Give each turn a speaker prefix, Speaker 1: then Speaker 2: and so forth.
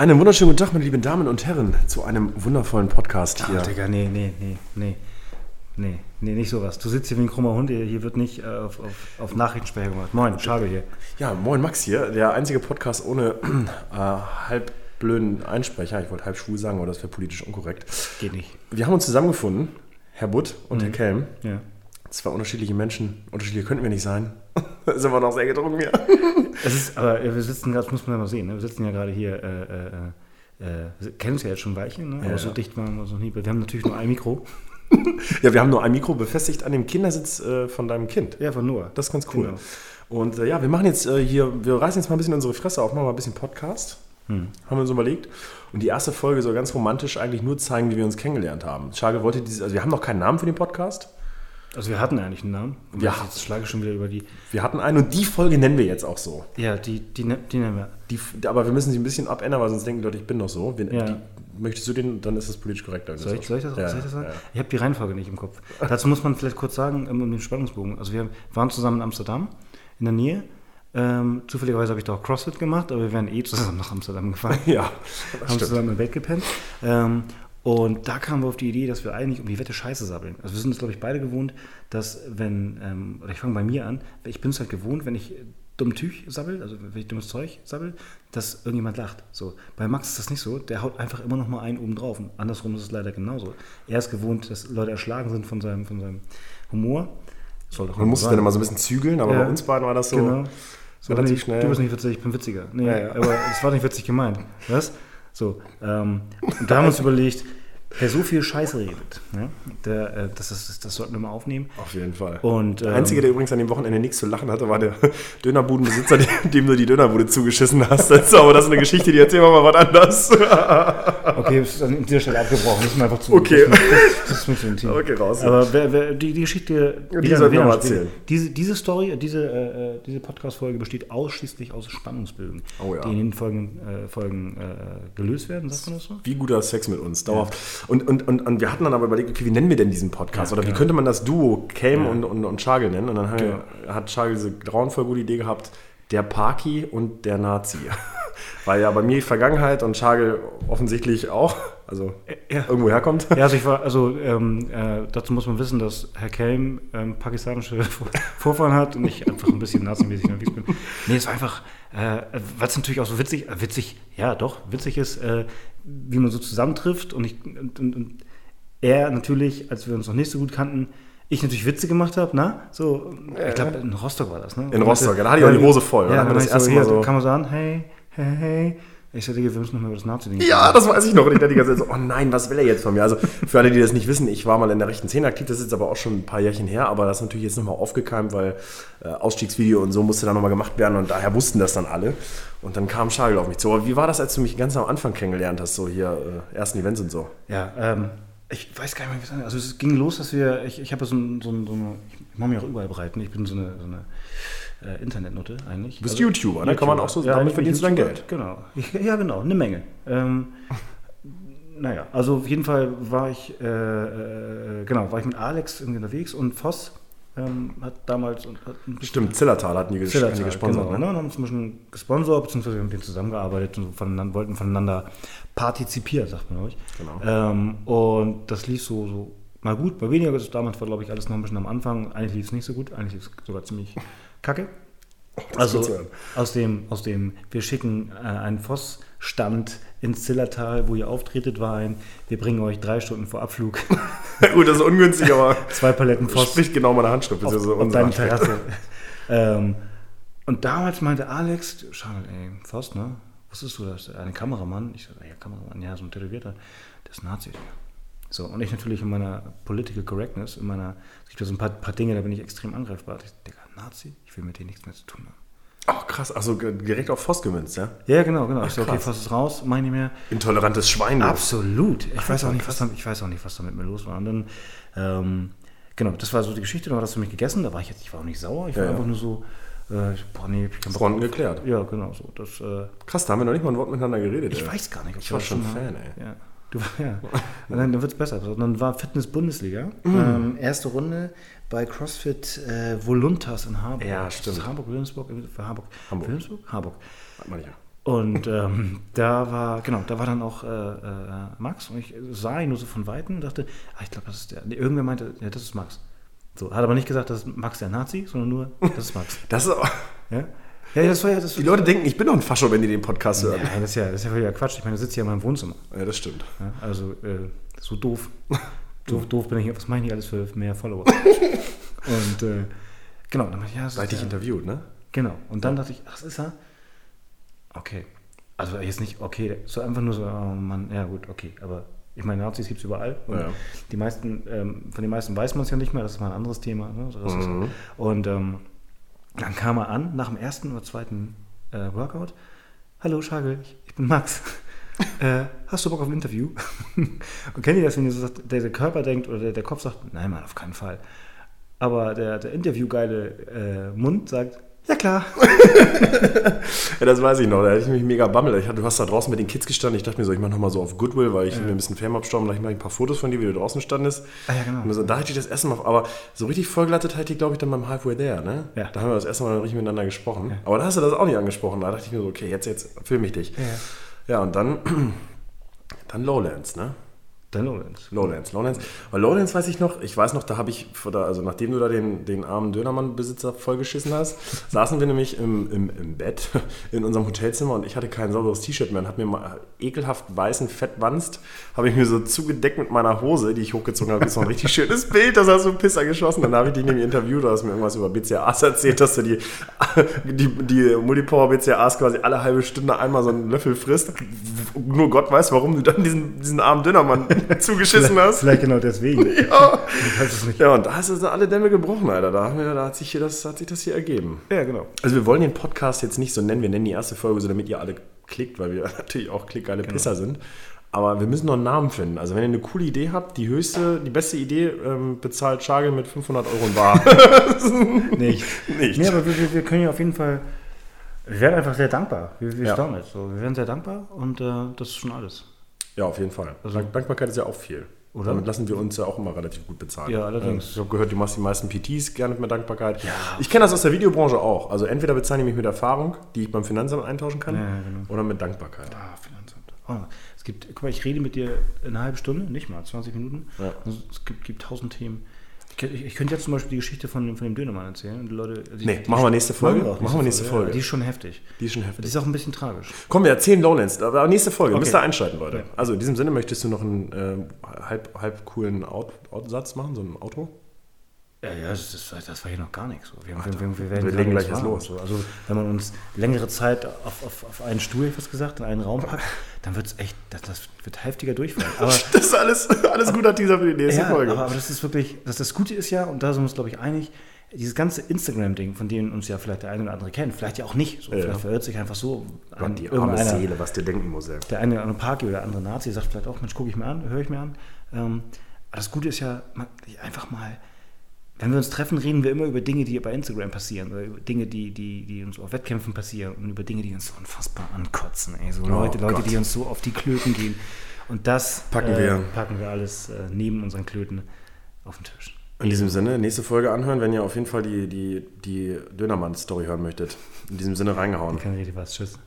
Speaker 1: Einen wunderschönen guten Tag, meine lieben Damen und Herren, zu einem wundervollen Podcast
Speaker 2: Ja.
Speaker 1: hier.
Speaker 2: Digga, nee, nee, nee, nee. Nee, nee, nicht sowas. Du sitzt hier wie ein krummer Hund, hier hier wird nicht äh, auf, auf, auf Nachrichtensprecher gemacht. Moin, Schabe hier.
Speaker 1: Ja, moin Max hier, der einzige Podcast ohne äh, halbblöden Einsprecher. Ich wollte halb schwul sagen, aber das wäre politisch unkorrekt.
Speaker 2: Geht nicht.
Speaker 1: Wir haben uns zusammengefunden, Herr Butt und Herr Kelm.
Speaker 2: Ja.
Speaker 1: Zwei unterschiedliche Menschen. Unterschiedliche könnten wir nicht sein. Sind wir noch sehr gedrungen hier.
Speaker 2: Es ist, aber äh, wir sitzen gerade, das muss man ja mal sehen, ne? wir sitzen ja gerade hier, äh, äh, äh, äh, wir kennen uns ja jetzt schon ein Weilchen, ne? aber
Speaker 1: Ja,
Speaker 2: so
Speaker 1: ja.
Speaker 2: dicht waren wir uns noch nie. Wir haben natürlich nur ein Mikro.
Speaker 1: Ja, wir haben nur ein Mikro befestigt an dem Kindersitz äh, von deinem Kind.
Speaker 2: Ja, von Noah.
Speaker 1: Das ist ganz cool.
Speaker 2: Genau.
Speaker 1: Und äh, ja, wir machen jetzt äh, hier, wir reißen jetzt mal ein bisschen unsere Fresse auf, machen mal ein bisschen Podcast.
Speaker 2: Hm.
Speaker 1: Haben wir uns überlegt. Und die erste Folge soll ganz romantisch eigentlich nur zeigen, wie wir uns kennengelernt haben. Schage wollte dieses, also wir haben noch keinen Namen für den Podcast.
Speaker 2: Also wir hatten eigentlich einen Namen. Und
Speaker 1: Ja.
Speaker 2: Jetzt schlage ich schon wieder über die.
Speaker 1: Wir hatten einen und die Folge nennen wir jetzt auch so.
Speaker 2: Ja, die, die, ne- die nennen wir.
Speaker 1: Die, aber wir müssen sie ein bisschen abändern, weil sonst denken die Leute, ich bin noch so. Wir,
Speaker 2: Ja.
Speaker 1: die, möchtest du den, dann ist das politisch korrekt. wenn du
Speaker 2: Soll
Speaker 1: das
Speaker 2: ich, soll ich das,
Speaker 1: machst. Ja,
Speaker 2: soll ich das sagen?
Speaker 1: ja.
Speaker 2: Ich habe die Reihenfolge nicht im Kopf. Dazu muss man vielleicht kurz sagen, ähm, um den Spannungsbogen. Also wir waren zusammen in Amsterdam, in der Nähe. Ähm, zufälligerweise habe ich da auch CrossFit gemacht, aber wir wären eh zusammen nach Amsterdam gefahren.
Speaker 1: Ja,
Speaker 2: haben
Speaker 1: das stimmt.
Speaker 2: zusammen im Bett gepennt. Ähm, und da kamen wir auf die Idee, dass wir eigentlich um die Wette Scheiße sabbeln. Also wir sind es, glaube ich, beide gewohnt, dass wenn, ähm, oder ich fange bei mir an, ich bin es halt gewohnt, wenn ich äh, dumm Tüch sabbel, also wenn ich dummes Zeug sabbel, dass irgendjemand lacht. So. Bei Max ist das nicht so, der haut einfach immer noch mal einen oben drauf. Und andersrum ist es leider genauso. Er ist gewohnt, dass Leute erschlagen sind von seinem, von seinem Humor. Soll doch
Speaker 1: Man
Speaker 2: Humor
Speaker 1: muss es
Speaker 2: sein.
Speaker 1: dann immer so ein bisschen zügeln, aber
Speaker 2: Ja.
Speaker 1: bei uns beiden war das so.
Speaker 2: Genau.
Speaker 1: So relativ
Speaker 2: nee,
Speaker 1: schnell.
Speaker 2: Du bist nicht witzig, ich bin witziger. Nee,
Speaker 1: Ja, ja.
Speaker 2: aber es war nicht witzig gemeint. Was? So. Ähm, und da haben wir uns überlegt, wer so viel Scheiße redet, ne? der, äh, das, ist, das sollten wir mal aufnehmen.
Speaker 1: Auf jeden Fall.
Speaker 2: Und, ähm,
Speaker 1: der Einzige, der übrigens an dem Wochenende nichts zu lachen hatte, war der Dönerbudenbesitzer, dem, dem du die Dönerbude zugeschissen hast. Das ist aber das ist eine Geschichte, die erzählen wir mal was anderes.
Speaker 2: Okay, es ist an dieser Stelle abgebrochen. Müssen wir einfach zu.
Speaker 1: Okay.
Speaker 2: Das, das, das ist nicht so intim.
Speaker 1: Okay, raus.
Speaker 2: Aber wer, wer, die, die Geschichte.
Speaker 1: Ja, die
Speaker 2: wieder-
Speaker 1: sollten wir
Speaker 2: wieder
Speaker 1: mal
Speaker 2: spielen.
Speaker 1: erzählen.
Speaker 2: Diese, diese Story, diese, äh, äh, diese Podcast-Folge besteht ausschließlich aus Spannungsbögen,
Speaker 1: Oh ja.
Speaker 2: die in den Folgen, äh, Folgen äh, gelöst werden, sagt man das so?
Speaker 1: Wie guter Sex mit uns, dauerhaft. Und, und, und, und wir hatten dann aber überlegt, okay, wie nennen wir denn diesen Podcast?
Speaker 2: Ja,
Speaker 1: Oder wie
Speaker 2: genau.
Speaker 1: könnte man das Duo Cam und, und, und Schagel nennen? Und dann hat-
Speaker 2: Genau.
Speaker 1: hat Schagel diese grauenvoll gute Idee gehabt, der Parki und der Nazi. Weil ja bei mir die Vergangenheit und Schagel offensichtlich auch, also
Speaker 2: Ja.
Speaker 1: irgendwo herkommt.
Speaker 2: Ja, also ich war, also ähm, äh, dazu muss man wissen, dass Herr Kelm ähm, pakistanische Vor- Vorfahren hat und ich einfach ein bisschen nazimäßig unterwegs bin. Nee, es war einfach, äh, was natürlich auch so witzig, äh, witzig, ja doch, witzig ist, äh, wie man so zusammentrifft und ich und, und, und er natürlich, als wir uns noch nicht so gut kannten, ich natürlich Witze gemacht habe, ne? So, ich glaube, in Rostock war das, ne?
Speaker 1: In Rostock, ja, da hatte ich auch die Hose voll, oder?
Speaker 2: Ja,
Speaker 1: Haben
Speaker 2: dann
Speaker 1: wir das
Speaker 2: das
Speaker 1: erste
Speaker 2: erste so,
Speaker 1: Mal
Speaker 2: Mal
Speaker 1: so-
Speaker 2: Kann man sagen, hey, hey, hey. Ich sagte, wir müssen nochmal über das Nazi-Ding
Speaker 1: Ja, das weiß ich noch. Und ich dachte die ganze Zeit so, oh nein, was will er jetzt von mir? Also für alle, die das nicht wissen, ich war mal in der rechten Szene aktiv, das ist jetzt aber auch schon ein paar Jährchen her, aber das ist natürlich jetzt nochmal aufgekeimt, weil äh, Ausstiegsvideo und so musste dann nochmal gemacht werden und daher wussten das dann alle. Und dann kam Schagel auf mich zu. Aber wie war das, als du mich ganz am Anfang kennengelernt hast, so hier äh, ersten Events und so?
Speaker 2: Ja, ähm, ich weiß gar nicht mehr, wie es anfing. Also es ging los, dass wir, ich, ich habe so, ein, so, ein, so eine, ich mache mich auch überall breit, ne? ich bin so eine, so eine äh, Internetnote eigentlich. Du
Speaker 1: bist YouTuber, ne? Kann man auch so- damit
Speaker 2: ich bin
Speaker 1: verdienst du dein
Speaker 2: YouTuber.
Speaker 1: Geld.
Speaker 2: Genau, ich, ja genau, eine Menge. Ähm, naja, also auf jeden Fall war ich, äh, äh, genau, war ich mit Alex irgendwie unterwegs und Voss ähm, hat damals... Und, hat ein bisschen-
Speaker 1: Stimmt, Zillertal hatten die, ges-
Speaker 2: Zillertal,
Speaker 1: die gesponsert,
Speaker 2: genau,
Speaker 1: ne?
Speaker 2: ne? Und haben uns ein bisschen gesponsert, beziehungsweise wir haben mit denen zusammengearbeitet und voneinander, wollten voneinander partizipieren, sagt man, glaube ich.
Speaker 1: Genau.
Speaker 2: Ähm, und das lief so, so mal gut, mal weniger. Also damals war, glaube ich, alles noch ein bisschen am Anfang. Eigentlich lief es nicht so gut, eigentlich lief es sogar ziemlich kacke. Also
Speaker 1: zu hören.
Speaker 2: aus dem, aus dem, wir schicken äh, einen Voss-Stand ins Zillertal, wo ihr auftretet, war ein, wir bringen euch drei Stunden vor Abflug
Speaker 1: Gut, das ist ungünstig, aber
Speaker 2: zwei Paletten ne? Voss
Speaker 1: spricht genau meine Handschrift.
Speaker 2: auf,
Speaker 1: beziehungsweise
Speaker 2: auf
Speaker 1: unsere
Speaker 2: deine
Speaker 1: Handschrift.
Speaker 2: Terrasse. ähm, und damals meinte Alex, schau mal, ey, Faust, ne? Wusstest du das? Ein Kameramann? Ich sage, ja, Kameramann, ja, so ein Tätowierter. Der ist Nazi. Digga. So, und ich natürlich in meiner Political Correctness, in meiner, es gibt ja so ein paar, paar Dinge, da bin ich extrem angreifbar. Ich, Digga, Nazi? Ich will mit denen nichts mehr zu tun haben.
Speaker 1: Oh, krass. Also g- direkt auf Voss gemünzt, ja?
Speaker 2: Ja, genau, genau. ich sage, okay,
Speaker 1: krass.
Speaker 2: Faust ist raus, meine ich mir.
Speaker 1: Intolerantes Schwein. du.
Speaker 2: Absolut. Ich weiß, auch nicht, was damit, ich weiß auch nicht, was damit mir los war. Und dann, ähm, genau, das war so die Geschichte, dann war das für mich gegessen. Da war ich jetzt, ich war auch nicht sauer, ich war
Speaker 1: Ja, ja.
Speaker 2: einfach nur so, äh, ich- boah, nee, ich kann
Speaker 1: Fronten geklärt.
Speaker 2: Ja, genau so. Das, äh,
Speaker 1: Krass, da haben wir noch nicht mal ein Wort miteinander geredet.
Speaker 2: ich
Speaker 1: ey.
Speaker 2: weiß gar nicht, ob
Speaker 1: Ich war
Speaker 2: das
Speaker 1: schon
Speaker 2: mal-
Speaker 1: Fan, ey.
Speaker 2: Ja. Du, ja. Und dann dann wird es besser. So, Dann war Fitness-Bundesliga.
Speaker 1: Mhm.
Speaker 2: Ähm, erste Runde bei CrossFit äh, Voluntas in Harburg.
Speaker 1: Ja,
Speaker 2: Ist
Speaker 1: stimmt.
Speaker 2: Harburg, Wilhelmsburg, äh, Harburg.
Speaker 1: Hamburg.
Speaker 2: Wilhelmsburg? Harburg.
Speaker 1: Warte mal, ja.
Speaker 2: Und ähm, da war, genau, da war dann auch äh, äh, Max und ich sah ihn nur so von Weitem und dachte, ah, ich glaube, das ist der. Nee, irgendwer meinte, ja, das ist Max. So, hat aber nicht gesagt, das ist Max der Nazi, sondern nur, das ist Max.
Speaker 1: Das ist, auch-
Speaker 2: Ja, ja das war ja das.
Speaker 1: die Leute denken, ich bin doch ein Fascho, wenn die den Podcast hören.
Speaker 2: Nein, das ist ja, das ist ja völliger Quatsch. Ich meine, du sitzt hier in meinem Wohnzimmer.
Speaker 1: Ja, das stimmt.
Speaker 2: Ja, also, äh, so doof. doof. Doof bin ich. Was meine ich alles für mehr Follower? Und äh, genau, dann meinte ich, ja, das
Speaker 1: Seit
Speaker 2: ist
Speaker 1: ich
Speaker 2: der,
Speaker 1: interviewt, ne?
Speaker 2: Genau. Und dann dachte ich, ach, das ist er. Okay. Also jetzt nicht, okay, so einfach nur so, oh Mann, ja gut, okay. Aber ich meine, Nazis gibt es überall. Und
Speaker 1: Ja.
Speaker 2: die meisten, ähm, von den meisten weiß man es ja nicht mehr, das ist mal ein anderes Thema. Ne? So, das ist-
Speaker 1: Mhm.
Speaker 2: Und ähm, dann kam er an, nach dem ersten oder zweiten äh, Workout. Hallo Schagel, ich, ich bin Max. äh, hast du Bock auf ein Interview? Und kennt ihr das, wenn ihr so sagt, der, der Körper denkt oder der, der Kopf sagt, nein, Mann, auf keinen Fall. Aber der, der interviewgeile äh, Mund sagt, ja klar.
Speaker 1: Ja, das weiß ich noch. Da hätte ich mich mega bammel. Ich hatte, du hast da draußen mit den Kids gestanden. Ich dachte mir so, ich mache nochmal so auf Goodwill, weil ich will mir ein bisschen Fame abstauben. Gleich mache ich ein paar Fotos von dir, wie du draußen standest.
Speaker 2: Ah, ja, genau.
Speaker 1: Und so, da hätte ich das erste Mal. Aber so richtig vollglattet hätte ich, glaube ich, dann beim Halfway There. Ne?
Speaker 2: Ja.
Speaker 1: Da haben wir das erste Mal richtig miteinander gesprochen. Aber da hast du das auch nicht angesprochen. Da dachte ich mir so, okay, jetzt, jetzt film ich dich. Ja, und dann, dann Lowlands, ne?
Speaker 2: Dann oh, Lorenz.
Speaker 1: Lowlands, Lowlands. Weil Lowlands weiß ich noch, ich weiß noch, da habe ich, vor der, also nachdem du da den, den armen Dönermann-Besitzer vollgeschissen hast, saßen wir nämlich im, im, im Bett in unserem Hotelzimmer und ich hatte kein sauberes T-Shirt mehr und habe mir mal ekelhaft weißen Fettwanst, habe ich mir so zugedeckt mit meiner Hose, die ich hochgezogen habe. Das ist noch ein richtig schönes Bild, das hast du einen Pisser geschossen. Dann habe ich dich nämlich interviewt, du hast mir irgendwas über BCAAs erzählt, dass du die, die, die Multipower BCAAs quasi alle halbe Stunde einmal so einen Löffel frisst. Nur Gott weiß, warum du dann diesen, diesen armen Dönermann zugeschissen hast.
Speaker 2: Vielleicht genau deswegen.
Speaker 1: Ja.
Speaker 2: Ich weiß es nicht.
Speaker 1: ja, und da hast du alle Dämme gebrochen, Alter. Da, haben wir, da hat, sich hier das, hat sich das hier ergeben.
Speaker 2: Ja, genau.
Speaker 1: Also wir wollen den Podcast jetzt nicht so nennen, wir nennen die erste Folge so, damit ihr alle klickt, weil wir natürlich auch klickgeile Pisser sind. Aber wir müssen noch einen Namen finden. Also wenn ihr eine coole Idee habt, die höchste, die beste Idee ähm, bezahlt Schagel mit 500 Euro in Bar.
Speaker 2: Nicht.
Speaker 1: Nicht.
Speaker 2: Nee, aber wir, wir, wir können ja auf jeden Fall. Wir werden einfach sehr dankbar. Wir, wir
Speaker 1: Ja.
Speaker 2: staunen jetzt. So, wir werden sehr dankbar und äh, das ist schon alles.
Speaker 1: ja, auf jeden Fall.
Speaker 2: Also-
Speaker 1: Dank- Dankbarkeit ist ja auch viel.
Speaker 2: Oder?
Speaker 1: Damit lassen wir uns ja auch immer relativ gut bezahlen.
Speaker 2: Ja, allerdings.
Speaker 1: Ich habe gehört, du machst die meisten PTs gerne mit Dankbarkeit. Ich kenne das aus der Videobranche auch. Also entweder bezahlen die mich mit Erfahrung, die ich beim Finanzamt eintauschen kann,
Speaker 2: Ja, ja, genau.
Speaker 1: oder mit Dankbarkeit.
Speaker 2: Ah, Finanzamt. Oh, es gibt, guck mal, ich rede mit dir eine halbe Stunde, nicht mal, 20 Minuten.
Speaker 1: Ja.
Speaker 2: Also, es gibt, gibt tausend Themen. Ich, kö- ich, ich könnte jetzt zum Beispiel die Geschichte von, dem- von dem Dönermann erzählen. Und die Leute, die,
Speaker 1: Nee,
Speaker 2: die,
Speaker 1: machen wir nächste Folge.
Speaker 2: Machen wir, auch
Speaker 1: Machen wir nächste Folge.
Speaker 2: Ja, die ist schon heftig.
Speaker 1: Die ist schon heftig.
Speaker 2: Die ist auch ein bisschen tragisch.
Speaker 1: Komm, wir erzählen Lowlands. Aber nächste Folge.
Speaker 2: Okay.
Speaker 1: Müsst ihr einschalten, Leute.
Speaker 2: Ja.
Speaker 1: Also in diesem Sinne möchtest du noch einen äh, halb, halb coolen Out, Outsatz machen, so ein Auto?
Speaker 2: Ja, ja, das, ist, das war hier noch gar nichts. Wir, haben, wir, wir,
Speaker 1: wir
Speaker 2: werden
Speaker 1: legen
Speaker 2: gerade
Speaker 1: gleich
Speaker 2: jetzt
Speaker 1: erst
Speaker 2: warm.
Speaker 1: los.
Speaker 2: So, Also, wenn man uns längere Zeit auf, auf, auf einen Stuhl, hätte ich was gesagt, in einen Raum packt, dann wird es echt, das, das wird heftiger Durchfall. Aber,
Speaker 1: Das ist alles, alles guter Teaser für die nächste
Speaker 2: ja,
Speaker 1: Folge.
Speaker 2: aber, aber das ist wirklich, das, das Gute ist ja, und da sind wir uns, glaube ich, einig, dieses ganze Instagram-Ding, von dem uns ja vielleicht der eine oder andere kennt, vielleicht ja auch nicht. So,
Speaker 1: Ja.
Speaker 2: Vielleicht verirrt sich einfach so an
Speaker 1: Gott, die arme
Speaker 2: irgendeiner-
Speaker 1: Seele, was dir denken muss, ey.
Speaker 2: der eine oder andere Party oder der andere Nazi sagt vielleicht auch, Mensch, gucke ich mir an, höre ich mir an. Ähm, aber das Gute ist ja, man, einfach mal, wenn wir uns treffen, reden wir immer über Dinge, die bei Instagram passieren oder über Dinge, die, die, die uns auf Wettkämpfen passieren und über Dinge, die uns so unfassbar ankotzen. Ey. So Leute, Leute,
Speaker 1: Oh Gott.
Speaker 2: die uns so auf die Klöten gehen. Und das
Speaker 1: Packen wir.
Speaker 2: packen wir alles äh, neben unseren Klöten auf den Tisch.
Speaker 1: In diesem Sinne, nächste Folge anhören, wenn ihr auf jeden Fall die, die, die Dönermann-Story hören möchtet. In diesem Sinne reingehauen.
Speaker 2: Keine Rede, was. Tschüss.